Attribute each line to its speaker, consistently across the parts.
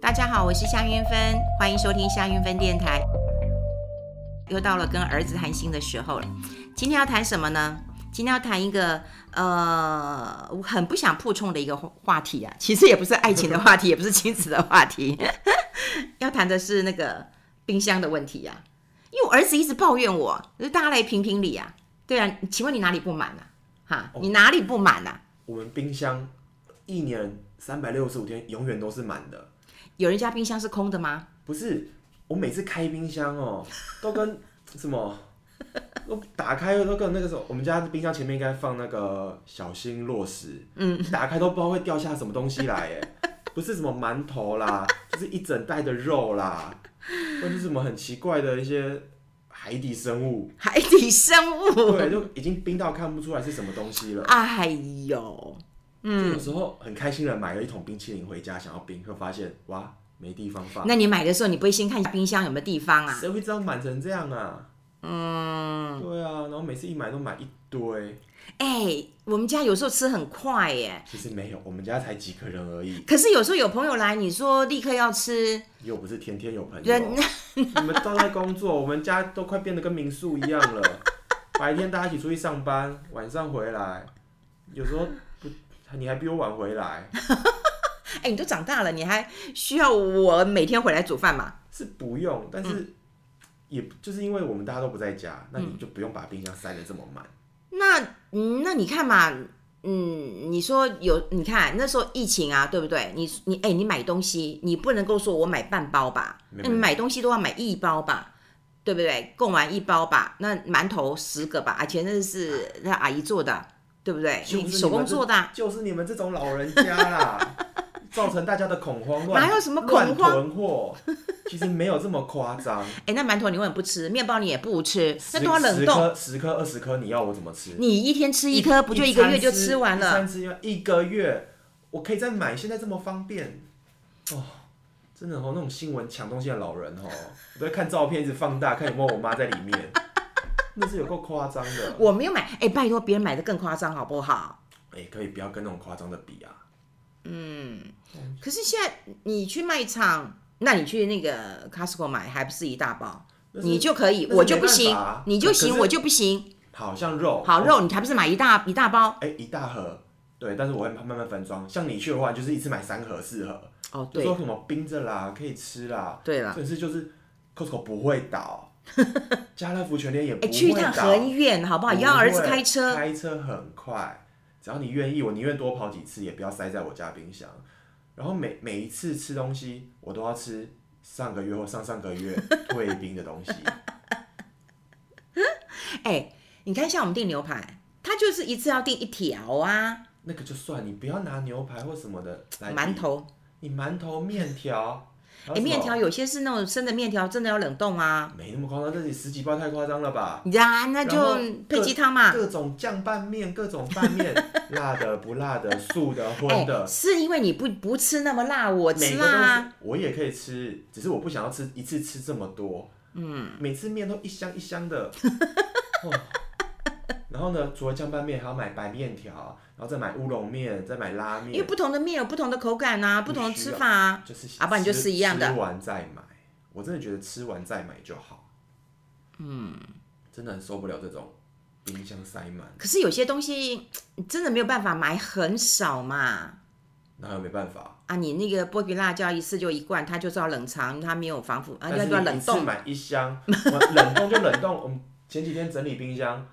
Speaker 1: 大家好，我是夏云芬，欢迎收听夏云芬电台。又到了跟儿子谈心的时候了，今天要谈什么呢？今天要谈一个呃，我很不想碰冲的一个话题啊，其实也不是爱情的话题，也不是亲子的话题， 要谈的是那个冰箱的问题呀、啊。因为我儿子一直抱怨我，就是大家来评评理啊。对啊，请问你哪里不满啊？哈，你哪里不满啊？
Speaker 2: 我们冰箱一年三百六十五天永远都是满的，
Speaker 1: 有人家冰箱是空的吗？
Speaker 2: 不是，我每次开冰箱哦，都跟什么， 都打开都跟那个什么，我们家冰箱前面应该放那个小心落石，嗯，打开都不知道会掉下什么东西来，哎，不是什么馒头啦，就是一整袋的肉啦，或者是什么很奇怪的一些海底生物，
Speaker 1: 海底生物，
Speaker 2: 对，就已经冰到看不出来是什么东西了。
Speaker 1: 哎呦，
Speaker 2: 嗯，有时候很开心的买了一桶冰淇淋回家，想要冰，会发现哇，没地方放，
Speaker 1: 那你买的时候你不会先看冰箱有没有地方啊？
Speaker 2: 谁会知道满成这样啊？
Speaker 1: 嗯，
Speaker 2: 对啊，然后每次一买都买一堆，
Speaker 1: 哎、我们家有时候吃很快耶，
Speaker 2: 其实没有，我们家才几个人而已，
Speaker 1: 可是有时候有朋友来，你说立刻要吃，
Speaker 2: 又不是天天有朋友，
Speaker 1: 人
Speaker 2: 你们都在工作，我们家都快变得跟民宿一样了，白天大家一起出去上班，晚上回来，有时候不，你还比我晚回来，
Speaker 1: 哎、你都长大了，你还需要我每天回来煮饭吗？
Speaker 2: 是不用，但是也就是因为我们大家都不在家，那你就不用把冰箱塞得这么满。
Speaker 1: 那嗯，那你看嘛，嗯，你说有，你看那时候疫情啊，对不对？你你哎、你买东西，你不能够说我买半包吧，
Speaker 2: 没
Speaker 1: 那
Speaker 2: 问
Speaker 1: 你
Speaker 2: 题
Speaker 1: 买东西都要买一包吧，对不对？供完一包吧，那馒头十个吧，而且那是那阿姨做的，对不对？
Speaker 2: 就是你们
Speaker 1: 哎手工做的啊、
Speaker 2: 就是你们这种老人家 啦，造成大家的恐慌乱，
Speaker 1: 哪有什么恐
Speaker 2: 乱
Speaker 1: 慌
Speaker 2: 囤货？其实没有这么夸张，
Speaker 1: 哎、那馒头你永远不吃，面包你也不吃， 那
Speaker 2: 十
Speaker 1: 都要冷冻。
Speaker 2: 十颗、十颗、二十颗，你要我怎么吃？
Speaker 1: 你一天吃一颗，不就一个月就吃完
Speaker 2: 一
Speaker 1: 了？
Speaker 2: 餐吃一个月，我可以再买，现在这么方便，哦，真的哦，那种新闻抢东西的老人哦，我都在看照片，一直放大，看有没有我妈在里面， 那是有够夸张的。
Speaker 1: 我没有买，哎、拜托，别人买的更夸张，好不好？
Speaker 2: 哎、可以不要跟那种夸张的比啊。
Speaker 1: 可是现在你去卖场，那你去那个 Costco 买，还不是一大包？
Speaker 2: 那是
Speaker 1: 你就可以，
Speaker 2: 那是
Speaker 1: 我就
Speaker 2: 没
Speaker 1: 不
Speaker 2: 办
Speaker 1: 行
Speaker 2: 法啊，
Speaker 1: 你就行，
Speaker 2: 可是哦
Speaker 1: 我就不行。
Speaker 2: 好像肉，
Speaker 1: 好肉，你还不是买一大一大包？
Speaker 2: 哎、一大盒，对，但是我会慢慢分装。像你去的话，你就是一次买三盒、四盒，
Speaker 1: 哦，
Speaker 2: 就
Speaker 1: 对
Speaker 2: 说什么冰着啦，可以吃啦。
Speaker 1: 对了，
Speaker 2: 但是就是 Costco 不会 倒，家乐福全联也不
Speaker 1: 哎，
Speaker 2: 会倒。
Speaker 1: 去一趟很远，好不好？
Speaker 2: 不
Speaker 1: 要儿子
Speaker 2: 会
Speaker 1: 开车，
Speaker 2: 开车很快，只要你愿意，我宁愿多跑几次，也不要塞在我家冰箱。然后每每一次吃东西，我都要吃上个月或上上 个月退冰的东西。
Speaker 1: 哎，你看像我们订牛排，他就是一次要订一条啊，
Speaker 2: 那个就算，你不要拿牛排或什么的来比
Speaker 1: 馒，头，
Speaker 2: 你馒头、面条，还有
Speaker 1: 哎，
Speaker 2: 什么
Speaker 1: 面条有些是那种生的面条，真的要冷冻啊。
Speaker 2: 没那么夸张，这里十几包太夸张了吧？
Speaker 1: 呀，那
Speaker 2: 然后
Speaker 1: 就配
Speaker 2: 各
Speaker 1: 鸡汤嘛。
Speaker 2: 各种酱拌面，各种拌面，辣的、不辣的、素的、荤的，
Speaker 1: 哎是因为你不不吃那么辣，我
Speaker 2: 每
Speaker 1: 吃
Speaker 2: 个
Speaker 1: 辣啊。
Speaker 2: 都是我也可以吃，只是我不想要吃一次吃这么多。嗯，每次面都一箱一 箱的。哦然后呢，除了酱拌面，还要买白面条，然后再买乌龙面，再买拉
Speaker 1: 因为
Speaker 2: 面，
Speaker 1: 不同的面有不同的口感啊，不同的
Speaker 2: 不需
Speaker 1: 吃
Speaker 2: 要
Speaker 1: 法啊。
Speaker 2: 嗯就是
Speaker 1: 啊不然你就吃一样的
Speaker 2: 吃完再买。我真的觉得吃完再买就好。嗯，真的很受不了这种冰箱塞满。
Speaker 1: 可是有些东西真的没有办法买很少嘛。
Speaker 2: 那又没办法，
Speaker 1: 啊，你那个剥皮辣椒一次就一罐，它就是要冷藏，它没有防腐，啊，
Speaker 2: 但
Speaker 1: 要
Speaker 2: 是
Speaker 1: 要
Speaker 2: 你
Speaker 1: 冷
Speaker 2: 一次
Speaker 1: 冻。
Speaker 2: 买一箱，我冷冻就冷冻。我们前几天整理冰箱，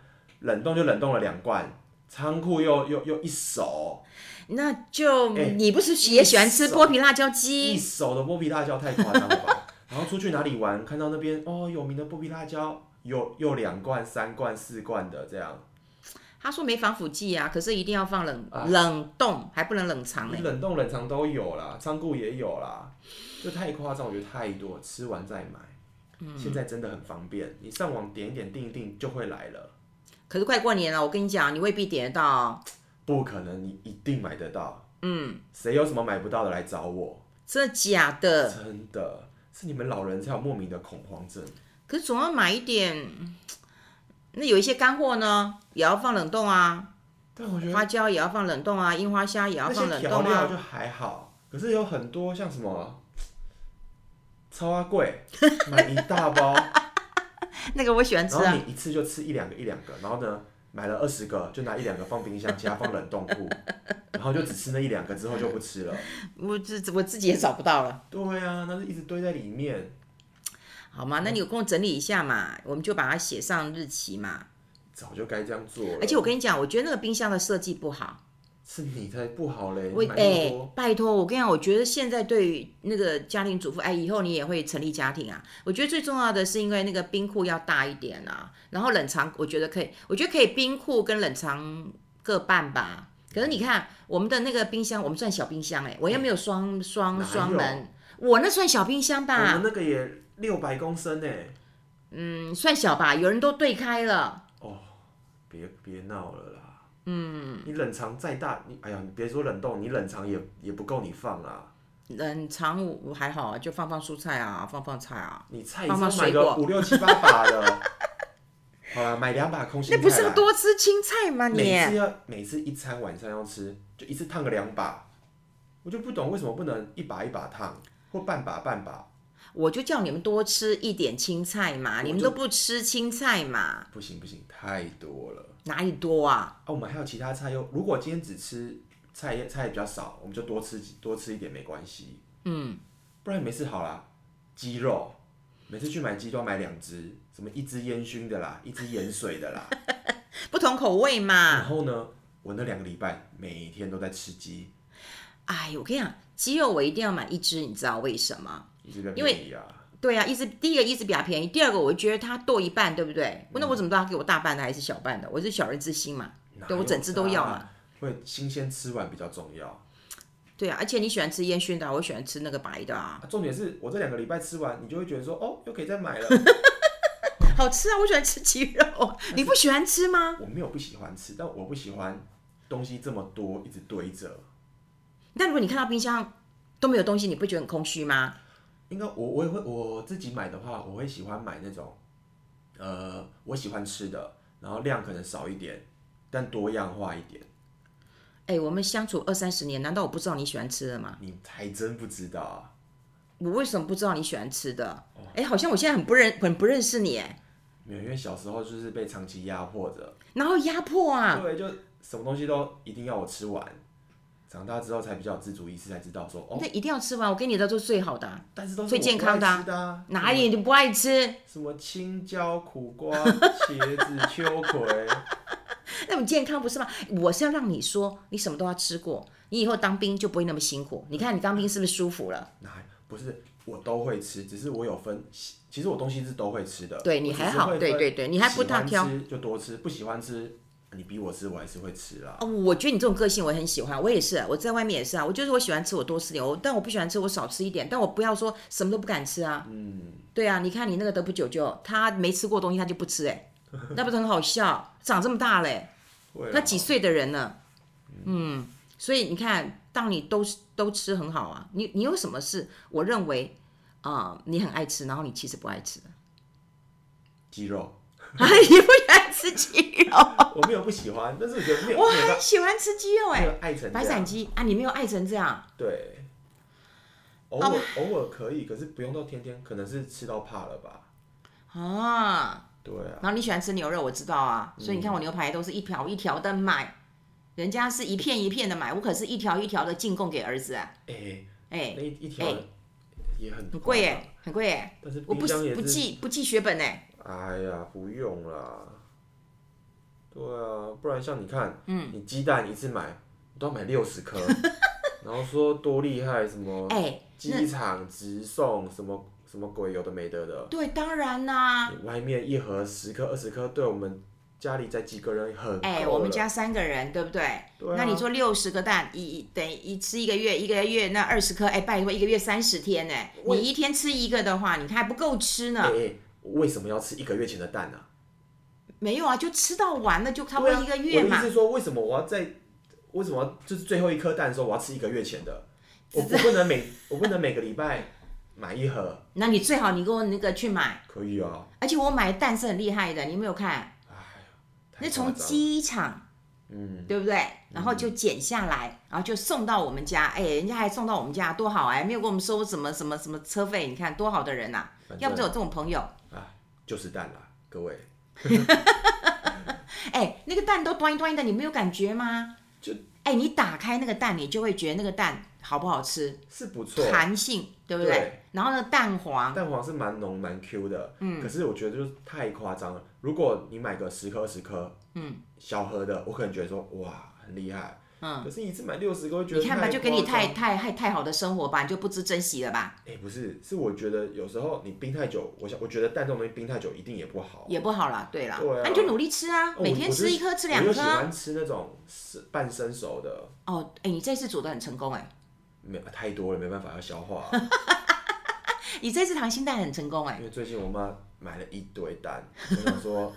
Speaker 2: 冷冻就冷冻了两罐，仓库又又又一手
Speaker 1: 那就、
Speaker 2: 哎
Speaker 1: 你不是也喜欢吃
Speaker 2: 手
Speaker 1: 剥皮辣椒
Speaker 2: 一
Speaker 1: 鸡？
Speaker 2: 手的剥皮辣椒，太夸张了吧？ 然后出去哪里玩，看到那边哦有名的剥皮辣椒，又又两罐、三罐、四罐的这样，
Speaker 1: 他说没防腐剂啊，可是一定要放冷、
Speaker 2: 啊嗯
Speaker 1: 冷冻，还不能冷藏呢、
Speaker 2: 冷冻冷藏都有啦，仓库也有啦，就太夸张，我觉得太多，吃完再买。
Speaker 1: 嗯
Speaker 2: 现在真的很方便，你上网点一点订一订就会来了，
Speaker 1: 可是快过年了，我跟你讲，你未必点得到哦。
Speaker 2: 不可能你一定买得到。嗯，谁有什么买不到的来找我？
Speaker 1: 真的假的？
Speaker 2: 真的是你们老人才有莫名的恐慌症。
Speaker 1: 可是总要买一点，那有一些干货呢，也要放冷冻啊，
Speaker 2: 但我觉得
Speaker 1: 花椒也要放冷冻啊，樱花虾也要
Speaker 2: 那
Speaker 1: 放
Speaker 2: 些
Speaker 1: 冷
Speaker 2: 调
Speaker 1: 冻
Speaker 2: 料
Speaker 1: 啊。
Speaker 2: 就还好，可是有很多像什么超啊 贵，买一大包，
Speaker 1: 那个我喜欢
Speaker 2: 然
Speaker 1: 吃
Speaker 2: 后
Speaker 1: 啊，
Speaker 2: 你一次就吃一两个一两个，然后呢买了二十个，就拿一两个放冰箱，其他放冷冻 库，然后就只吃那一两个之后就不吃了。
Speaker 1: 我自我自己也找不到了，
Speaker 2: 对啊，那是一直堆在里面，
Speaker 1: 好吗？
Speaker 2: 嗯
Speaker 1: 那你有空整理一下嘛，我们就把它写上日期嘛。
Speaker 2: 早就该这样做了。
Speaker 1: 而且我跟你讲，我觉得那个冰箱的设计不好。
Speaker 2: 是你才不好嘞，
Speaker 1: 我
Speaker 2: 你买
Speaker 1: 哎、
Speaker 2: 那么多。
Speaker 1: 拜托，我跟你讲，我觉得现在对于那个家庭主妇，哎，以后你也会成立家庭啊。我觉得最重要的是，因为那个冰库要大一点啊，然后冷藏，我觉得可以，我觉得可以冰库跟冷藏各半吧。可是你看我们的那个冰箱，我们算小冰箱哎、我又没有双双
Speaker 2: 哪
Speaker 1: 双
Speaker 2: 有哦
Speaker 1: 门，我那算小冰箱吧。
Speaker 2: 我们那个也六百公升呢、
Speaker 1: 嗯，算小吧，有人都对开了。
Speaker 2: 别别闹了啦。嗯，你冷藏再大，你哎呀，你别说冷冻，你冷藏也也不够你放啊啦。
Speaker 1: 冷藏我我还好啊，就放放蔬菜啊，放放菜啊，
Speaker 2: 你菜也
Speaker 1: 放
Speaker 2: 是要
Speaker 1: 放
Speaker 2: 买
Speaker 1: 水
Speaker 2: 个
Speaker 1: 果
Speaker 2: 五六七八把的。 好啦，买两把空心
Speaker 1: 那
Speaker 2: 菜。
Speaker 1: 不是要？多吃青菜吗你？
Speaker 2: 每次要每次一餐晚餐要吃，就一次烫个两把，我就不懂为什么不能一把一把烫，或半把半把，
Speaker 1: 我就叫你们多吃一点青菜嘛，
Speaker 2: 我
Speaker 1: 你们
Speaker 2: 就
Speaker 1: 都不吃青菜嘛，
Speaker 2: 不行不行，太多了。
Speaker 1: 哪里多啊？
Speaker 2: 啊，我们还有其他菜哟。如果今天只吃菜菜比较少，我们就多吃几多吃一点没关系。嗯，不然没事好啦。鸡肉，每次去买鸡都要买两只，什么一只烟熏的啦，一只盐水的 啦。
Speaker 1: 不同口味嘛。
Speaker 2: 然后呢，我那两个礼拜每天都在吃鸡，
Speaker 1: 哎，我跟你讲，鸡肉我一定要买一只，你知道为什么？
Speaker 2: 一直在
Speaker 1: 因为
Speaker 2: 便宜啊。
Speaker 1: 对啊，一只第一个一只比较便宜，第二个我觉得它剁一半，对不对？那
Speaker 2: 嗯
Speaker 1: 我怎么知道它给我大半的还是小半的？我是小人之心嘛，对我整只都要啊嘛。
Speaker 2: 嘛，会新鲜吃完比较重要。
Speaker 1: 对啊，而且你喜欢吃烟熏的啊，我喜欢吃那个白的啊，
Speaker 2: 啊重点是我这两个礼拜吃完，你就会觉得说，哦，又可以再买了。
Speaker 1: 好吃啊，我喜欢吃鸡肉， 你不喜欢吃吗？
Speaker 2: 我没有不喜欢吃，但我不喜欢东西这么多一直堆着。
Speaker 1: 但如果你看到冰箱都没有东西，你不觉得很空虚吗？
Speaker 2: 应该我我也会我自己买的话，我会喜欢买那种，呃，我喜欢吃的，然后量可能少一点，但多样化一点。
Speaker 1: 哎、我们相处二三十年，难道我不知道你喜欢吃的吗？
Speaker 2: 你还真不知道啊！
Speaker 1: 我为什么不知道你喜欢吃的？哎、好像我现在很不认，很不认识你哎，
Speaker 2: 没有，因为小时候就是被长期压迫着，
Speaker 1: 然后压迫啊，
Speaker 2: 对，就什么东西都一定要我吃完。长大之后才比较有自主意识，才知道说哦
Speaker 1: 那，一定要吃完，我给你的都是最好的啊、
Speaker 2: 但是都是
Speaker 1: 最
Speaker 2: 我
Speaker 1: 健
Speaker 2: 不
Speaker 1: 康
Speaker 2: 爱
Speaker 1: 的啊
Speaker 2: 吃的啊
Speaker 1: 哪里你不爱吃？
Speaker 2: 什么青椒、苦瓜、茄子、秋葵，
Speaker 1: 那种健康不是吗？我是要让你说，你什么都要吃过，你以后当兵就不会那么辛苦。你看你当兵是不是舒服了？
Speaker 2: 哪不是我都会吃，只是我有分，其实我东西是都会吃的。
Speaker 1: 对你还好
Speaker 2: 我只是会
Speaker 1: 对
Speaker 2: 分
Speaker 1: 对对你还不大挑
Speaker 2: 喜欢吃就多吃，不喜欢吃你逼我吃，我还是会吃啦。
Speaker 1: 哦，我觉得你这种个性我很喜欢，我也是，我在外面也是啊。我就是我喜欢吃，我多吃点；我但我不喜欢吃，我少吃一点。但我不要说什么都不敢吃啊。嗯，对啊，你看你那个德普九九，他没吃过东西他就不吃、欸， 哎，那不是很好笑？长这么大嘞、
Speaker 2: 会啦
Speaker 1: 哦那几岁的人呢？嗯，所以你看，当你都都吃很好啊，你你有什么事？我认为啊、呃你很爱吃，然后你其实不爱吃，
Speaker 2: 鸡肉，
Speaker 1: 哎，你不喜欢吃鸡肉，
Speaker 2: 我没有不喜欢，但是我觉得没有
Speaker 1: 哦我
Speaker 2: 没有
Speaker 1: 很
Speaker 2: 到
Speaker 1: 喜欢吃鸡肉
Speaker 2: 没
Speaker 1: 哎，
Speaker 2: 有爱成这
Speaker 1: 白斩
Speaker 2: 样。
Speaker 1: 鸡啊，你没有爱成这样，
Speaker 2: 对，偶
Speaker 1: 哦
Speaker 2: 尔偶尔可以，可是不用到天天，可能是吃到怕了吧？
Speaker 1: 啊，
Speaker 2: 对啊，
Speaker 1: 然后你喜欢吃牛肉，我知道啊，
Speaker 2: 嗯
Speaker 1: 所以你看我牛排都是一条一条的买，人家是一片一片的买，我可是一条一条的进贡给儿子啊，
Speaker 2: 哎，
Speaker 1: 哎、
Speaker 2: 那一一条
Speaker 1: 哎
Speaker 2: 也很
Speaker 1: 很贵
Speaker 2: 耶，
Speaker 1: 哎，很贵哎，
Speaker 2: 但是
Speaker 1: 我不
Speaker 2: 冰箱也
Speaker 1: 不
Speaker 2: 是
Speaker 1: 记不记血本哎，
Speaker 2: 哎呀，不用啦。对啊，不然像你看，嗯，你鸡蛋一次买，你都要买六 十颗，然后说多厉害，什么
Speaker 1: 哎、
Speaker 2: 机场直送，什么什么鬼，有的没的的。
Speaker 1: 对，当然啦、
Speaker 2: 你外面一盒十颗、二十颗，对我们家里才几个人很
Speaker 1: 哎、
Speaker 2: 够
Speaker 1: 我们
Speaker 2: 了
Speaker 1: 家三个人，对不对？
Speaker 2: 对啊
Speaker 1: 那你做六十个蛋，一等于一吃一个月，一个月那二十颗，哎、拜托，一个月三十天呢、
Speaker 2: 我
Speaker 1: 你一天吃一个的话，你还不够吃
Speaker 2: 哎、
Speaker 1: 呢。
Speaker 2: 哎为什么要吃一个月前的蛋呢、啊？
Speaker 1: 没有啊，就吃到完了，就差不
Speaker 2: 对
Speaker 1: 多一个月
Speaker 2: 啊、我的
Speaker 1: 嘛
Speaker 2: 意思。是说，为什么我要在为什么要就是最后一颗蛋的时候，我要吃一个月前的？我我不能每我不能每个礼拜买一盒，
Speaker 1: 那你最好你给我那个去买，
Speaker 2: 可以啊。
Speaker 1: 哎而且我买蛋是很厉害的，你有没有看？
Speaker 2: 太
Speaker 1: 那
Speaker 2: 夸
Speaker 1: 从
Speaker 2: 张了
Speaker 1: 机场嗯，对不对？然后就剪下来，
Speaker 2: 嗯
Speaker 1: 然后就送到我们家，哎，人家还送到我们家，多好哎，没有给我们收什么什么什么车费，你看多好的人呐、啊
Speaker 2: 反正
Speaker 1: 要不就有这种朋友，
Speaker 2: 啊，就是蛋啦，各位，
Speaker 1: 哎，那个蛋都端一端的，你没有感觉吗？
Speaker 2: 就
Speaker 1: 哎，你打开那个蛋，你就会觉得那个蛋好不好吃，
Speaker 2: 是不错，
Speaker 1: 弹性，对不对？
Speaker 2: 对
Speaker 1: 然后呢，蛋黄，
Speaker 2: 蛋黄是蛮浓蛮 Q 的，嗯，可是我觉得就是太夸张了。如果你买个十颗十颗，嗯，小盒的，我可能觉得说哇很厉害，嗯，可是一次买六十个，我觉得
Speaker 1: 你看吧，
Speaker 2: 太
Speaker 1: 就给你
Speaker 2: 夸张
Speaker 1: 太太太太好的生活吧，你就不知珍惜了吧，
Speaker 2: 哎、不是，是我觉得有时候你冰太久，我想我觉得蛋这种东西冰太久一定也不好。
Speaker 1: 也不好啦，对啦，
Speaker 2: 对啊
Speaker 1: 那你就努力吃啊，
Speaker 2: 哦
Speaker 1: 每天
Speaker 2: 我
Speaker 1: 吃一颗，吃两
Speaker 2: 我
Speaker 1: 颗
Speaker 2: 就喜
Speaker 1: 啊。
Speaker 2: 欢吃那种是半生熟的，
Speaker 1: 哦，哎，你这次煮的很成功哎，
Speaker 2: 没太多了，没办法要消化。
Speaker 1: 你这次溏心蛋很成功哎，
Speaker 2: 因为最近我妈买了一堆蛋，我想说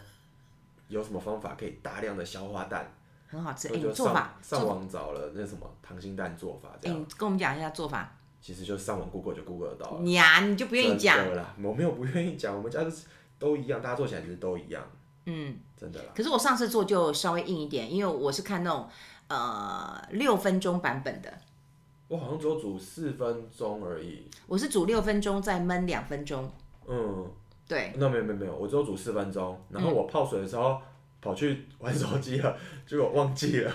Speaker 2: 有什么方法可以大量的消化蛋，
Speaker 1: 很好吃。哎，
Speaker 2: 我
Speaker 1: 你
Speaker 2: 就
Speaker 1: 做
Speaker 2: 上
Speaker 1: 法，
Speaker 2: 上
Speaker 1: 做，
Speaker 2: 网找了那什么溏心蛋做法，这
Speaker 1: 哎，
Speaker 2: 样、
Speaker 1: 你跟我们讲一下做法。
Speaker 2: 其实就上网 Google 就 Google 得到了。
Speaker 1: 你呀，你就不愿意讲
Speaker 2: 真，的啦，我没有不愿意讲，我们家就是都一样，大家做起来其实都一样，
Speaker 1: 嗯。
Speaker 2: 真的啦。
Speaker 1: 可是我上次做就稍微硬一点，因为我是看那种呃六分钟版本的，
Speaker 2: 我好像只有煮四分钟而已，
Speaker 1: 我是煮六分钟再焖两分钟，
Speaker 2: 嗯。
Speaker 1: 对，
Speaker 2: 那没有没有没有，我只有煮四分钟，然后
Speaker 1: 嗯
Speaker 2: 我泡水的时候、跑去玩手机了，结果忘记了。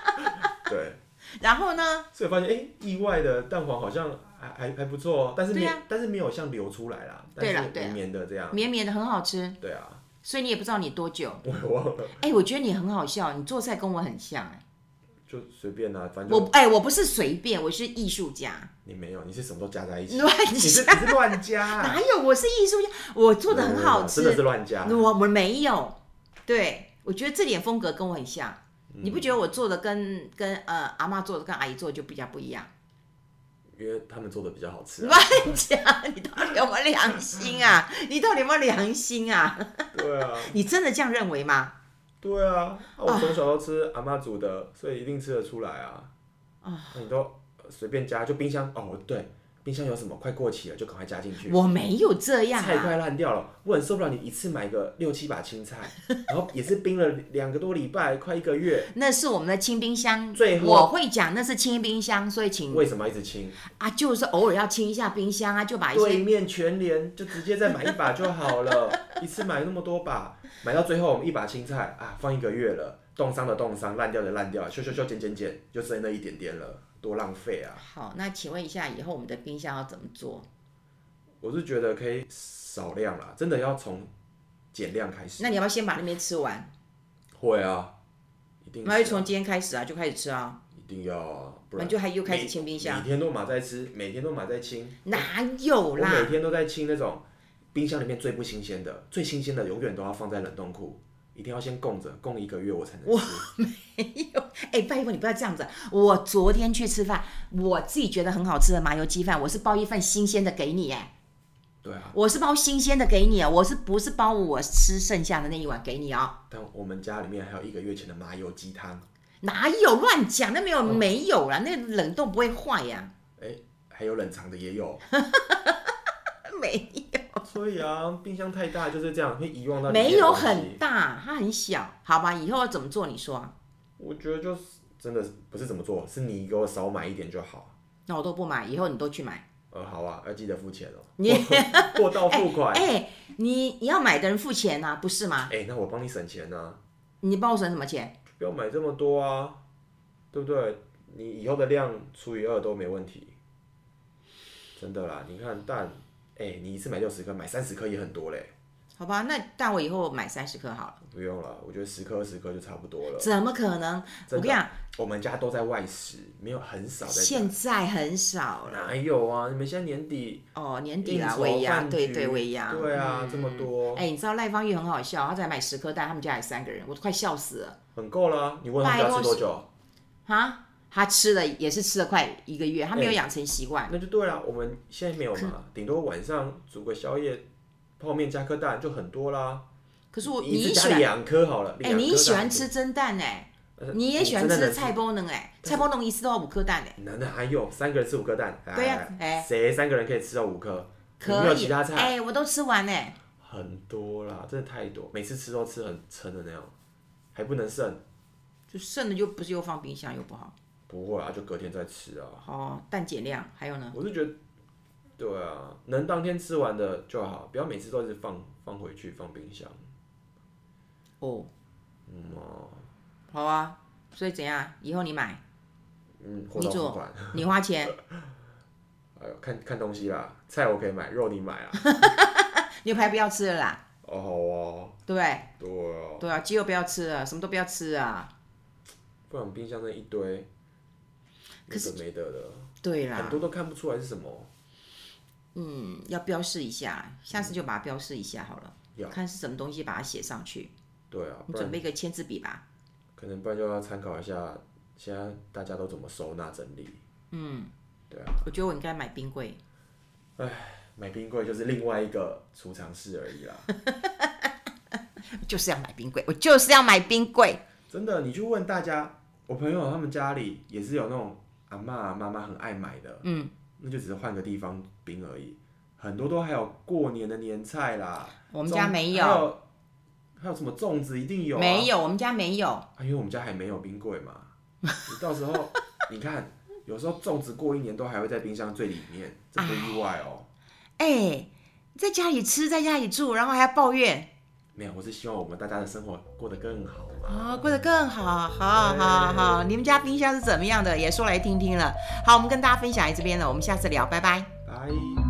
Speaker 2: 对，
Speaker 1: 然后呢，
Speaker 2: 所以发现哎、诶意外的蛋黄好像还还还不错哦，但是没、
Speaker 1: 对啊
Speaker 2: 但是没有像流出来啦，但
Speaker 1: 对啦
Speaker 2: 是
Speaker 1: 对啊
Speaker 2: 绵绵的这样。
Speaker 1: 绵绵的很好吃，
Speaker 2: 对啊，
Speaker 1: 所以你也不知道你多久。
Speaker 2: 我也忘了，
Speaker 1: 哎、我觉得你很好笑，你做菜跟我很像、哎，
Speaker 2: 就随便啦、反正就
Speaker 1: 我哎、我不是随便，我是艺术家，
Speaker 2: 你没有，你是什么都加在一起，
Speaker 1: 乱
Speaker 2: 你是
Speaker 1: 加
Speaker 2: 你是乱加啊、
Speaker 1: 哪有？我是艺术家，我啊做的很好
Speaker 2: 真的
Speaker 1: 吃，
Speaker 2: 是乱加。
Speaker 1: 我们没有，对我觉得这点风格跟我很像。
Speaker 2: 嗯
Speaker 1: 你不觉得我做的跟跟呃阿妈做的跟阿姨做的就比较不一样？
Speaker 2: 因为他们做的比较好吃、啊。
Speaker 1: 乱讲，你到底有没有良心啊？ 你到底有没有良心啊？
Speaker 2: 对啊，
Speaker 1: 你真的这样认为吗？
Speaker 2: 对啊，啊我从小都吃阿妈煮的，所以一定吃得出来啊。啊，你都呃随便加，就冰箱哦，对，冰箱有什么快过期了就赶快加进去。
Speaker 1: 我没有这样
Speaker 2: 菜
Speaker 1: 啊！
Speaker 2: 快烂掉了，我很受不了你一次买个六七把 青菜，然后也是冰了两个多礼拜，快一个月，
Speaker 1: 那是我们的清冰箱，
Speaker 2: 最后
Speaker 1: 我会讲那是清冰箱，所以请
Speaker 2: 为什么要一直清？
Speaker 1: 啊，就是偶尔要清一下冰箱啊，就把一
Speaker 2: 对
Speaker 1: 些
Speaker 2: 面全连就直接再买一把就好了， 一次买那么多把，买到最后我们一把青菜啊放一个月了，冻伤的冻伤，烂掉的烂掉，修修修剪剪剪，就剩那一点点了，多浪费啊！
Speaker 1: 好。那请问一下，以后我们的冰箱要怎么做？
Speaker 2: 我是觉得可以少量啦，真的要从减量开始。
Speaker 1: 那你要不要先把那边吃完？
Speaker 2: 会啊，一定
Speaker 1: 那就是
Speaker 2: 啊
Speaker 1: 从今天开始啊，就开始吃啊。
Speaker 2: 一定要啊，不
Speaker 1: 那
Speaker 2: 然
Speaker 1: 就还又开始清冰箱
Speaker 2: 每天都码在吃，每天都码在清，
Speaker 1: 哪
Speaker 2: 我
Speaker 1: 有啦？
Speaker 2: 每天都在清那种冰箱里面最不新鲜的，最新鲜的永远都要放在冷冻库，一定要先供着，供一个月我才能吃。
Speaker 1: 哎、拜托你不要这样子。我昨天去吃饭，我自己觉得很好吃的麻油鸡饭，我是包一份新鲜的给你，哎，
Speaker 2: 对啊，
Speaker 1: 我是包新鲜的给你，哦我是不是包我吃剩下的那一碗给你啊、
Speaker 2: 但我们家里面还有一个月前的麻油鸡汤，
Speaker 1: 哪有乱讲？那没有、
Speaker 2: 嗯
Speaker 1: 没有啦，那冷冻不会坏呀、
Speaker 2: 哎、还有冷藏的也有，
Speaker 1: 没
Speaker 2: 所以啊，冰箱太大就是这样，会遗忘到里面的
Speaker 1: 没有
Speaker 2: 东西
Speaker 1: 很大，它很小，好吧？以后要怎么做？你说啊，
Speaker 2: 我觉得就是真的不是怎么做，是你给我少买一点就好。
Speaker 1: 那我都不买，以后你都去买。
Speaker 2: 呃，好啊，要记得付钱哦。
Speaker 1: 你
Speaker 2: 货到付款。
Speaker 1: 哎、你你要买的人付钱呐、不是吗？
Speaker 2: 哎、那我帮你省钱啊，
Speaker 1: 你帮我省什么钱？
Speaker 2: 不要买这么多啊，对不对？你以后的量除以二都没问题。真的啦，你看蛋，哎、你一次买六十颗，买三十颗也很多嘞。
Speaker 1: 好吧，那但我以后买三十克好了。
Speaker 2: 不用了，我觉得十颗十颗就差不多了。
Speaker 1: 怎么可能？我
Speaker 2: 真
Speaker 1: 跟你
Speaker 2: 的，
Speaker 1: 讲，
Speaker 2: 我们家都在外食，没有很少在家。
Speaker 1: 现在很少了。
Speaker 2: 哪有啊？你们现在年底
Speaker 1: 哦，年底
Speaker 2: 应
Speaker 1: 啦，
Speaker 2: 酬
Speaker 1: 尾牙，
Speaker 2: 饭
Speaker 1: 对
Speaker 2: 局
Speaker 1: 对，尾牙。
Speaker 2: 对啊，这么多。
Speaker 1: 哎、你知道赖芳玉很好笑，她才买十颗蛋，他们家还三个人，我都快笑死了。
Speaker 2: 很够啦，你问他们
Speaker 1: 拜
Speaker 2: 要
Speaker 1: 托
Speaker 2: 吃多久，
Speaker 1: 哈，她吃了也是吃了快一个月，她没有养成习惯。
Speaker 2: 那就对啊啦。我们现在没有嘛，顶多晚上煮个宵夜，泡面加颗蛋就很多啦。
Speaker 1: 可是我
Speaker 2: 你一
Speaker 1: 你喜
Speaker 2: 次加
Speaker 1: 欢，
Speaker 2: 两颗好了。
Speaker 1: 哎、
Speaker 2: 两颗
Speaker 1: 你喜欢
Speaker 2: 蛋
Speaker 1: 吃蒸蛋哎、
Speaker 2: 呃
Speaker 1: 你也喜欢
Speaker 2: 真的
Speaker 1: 吃
Speaker 2: 能
Speaker 1: 菜包能哎、菜包能一次都要五颗蛋哎、
Speaker 2: 男的还有三个人吃五颗蛋，哎
Speaker 1: 对呀哎
Speaker 2: 谁三个人可以吃到五颗？你没
Speaker 1: 可
Speaker 2: 有
Speaker 1: 以
Speaker 2: 其他菜、
Speaker 1: 哎、我都吃完哎、
Speaker 2: 很多啦，真的太多，每次吃都吃很撑的那样，还不能剩，
Speaker 1: 就剩的就不是又放冰箱又不好。
Speaker 2: 不会啊，就隔天再吃啊。
Speaker 1: 哦，蛋减量，还有呢，
Speaker 2: 我是觉得，对啊，能当天吃完的就好，不要每次都一直放放回去放冰箱。
Speaker 1: 哦，
Speaker 2: 嗯哦，
Speaker 1: 好啊，所以怎样？以后你买，
Speaker 2: 嗯，货到
Speaker 1: 你做
Speaker 2: 付款。
Speaker 1: 你花钱，
Speaker 2: 哎呦，看看东西啦，菜我可以买，肉你买啊。
Speaker 1: 牛排不要吃了啦，
Speaker 2: 哦，好哦，
Speaker 1: 对不对？
Speaker 2: 对哦，
Speaker 1: 对啊，鸡肉不要吃了，什么都不要吃啊。
Speaker 2: 不然冰箱那一堆，
Speaker 1: 可
Speaker 2: 有
Speaker 1: 是
Speaker 2: 的没得的，
Speaker 1: 对
Speaker 2: 很
Speaker 1: 啦，
Speaker 2: 多都看不出来是什么。
Speaker 1: 嗯，要标示一下，下次就把它标示一下好了，
Speaker 2: 要
Speaker 1: 看是什么东西，把它写上去。
Speaker 2: 对啊，
Speaker 1: 你
Speaker 2: 不
Speaker 1: 准
Speaker 2: 然
Speaker 1: 备一个签字笔吧。
Speaker 2: 可能不然就要参考一下现在大家都怎么收纳整理。
Speaker 1: 嗯
Speaker 2: 啊
Speaker 1: 我觉得我应该买冰柜，
Speaker 2: 买冰柜就是另外一个储藏室而已啦。
Speaker 1: 就是要买冰柜，我就是要买冰柜。
Speaker 2: 真的，你去问大家，我朋友他们家里也是有那种阿嬷妈妈很爱买的，
Speaker 1: 嗯，
Speaker 2: 那就只是换个地方冰而已，很多都还有过年的年菜啦。
Speaker 1: 我们家
Speaker 2: 粽
Speaker 1: 没
Speaker 2: 还
Speaker 1: 有，
Speaker 2: 有，还有什么粽子一定有、啊，
Speaker 1: 没有，我们家没有。
Speaker 2: 啊，因为我们家还没有冰柜嘛。 你到时候，你看，有时候粽子过一年都还会在冰箱最里面，这不意外哦。
Speaker 1: 哎、在家里吃，在家里住，然后还要抱怨
Speaker 2: 没有，我是希望我们大家的生活过得更好嘛。
Speaker 1: 啊、过得更好，好好好。你们家冰箱是怎么样的？也说来听听了。好，我们跟大家分享在这边了，我们下次聊，拜拜。
Speaker 2: 拜。